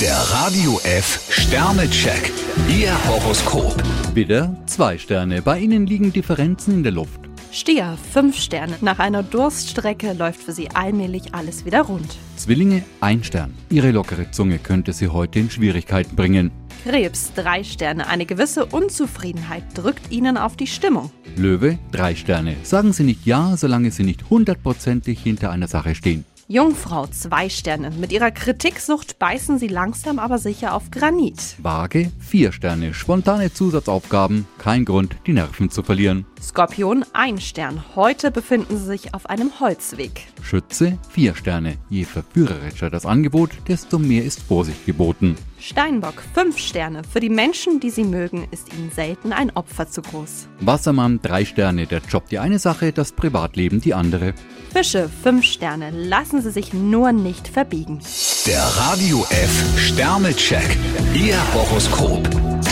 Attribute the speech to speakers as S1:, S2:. S1: Der Radio F Sternecheck. Ihr Horoskop.
S2: Widder, zwei Sterne. Bei Ihnen liegen Differenzen in der Luft.
S3: Stier, fünf Sterne. Nach einer Durststrecke läuft für Sie allmählich alles wieder rund.
S2: Zwillinge, ein Stern. Ihre lockere Zunge könnte Sie heute in Schwierigkeiten bringen.
S3: Krebs, drei Sterne. Eine gewisse Unzufriedenheit drückt Ihnen auf die Stimmung.
S2: Löwe, drei Sterne. Sagen Sie nicht Ja, solange Sie nicht hundertprozentig hinter einer Sache stehen.
S3: Jungfrau, zwei Sterne. Mit Ihrer Kritiksucht beißen Sie langsam aber sicher auf Granit.
S2: Waage, vier Sterne. Spontane Zusatzaufgaben. Kein Grund, die Nerven zu verlieren.
S3: Skorpion, ein Stern. Heute befinden Sie sich auf einem Holzweg.
S2: Schütze, vier Sterne. Je verführerischer das Angebot, desto mehr ist Vorsicht geboten.
S3: Steinbock, fünf Sterne. Für die Menschen, die Sie mögen, ist Ihnen selten ein Opfer zu groß.
S2: Wassermann, drei Sterne. Der Job die eine Sache, das Privatleben die andere.
S3: Fische, fünf Sterne. Lassen Sie sich nur nicht verbiegen.
S1: Der Radio F Sternecheck. Ihr Horoskop.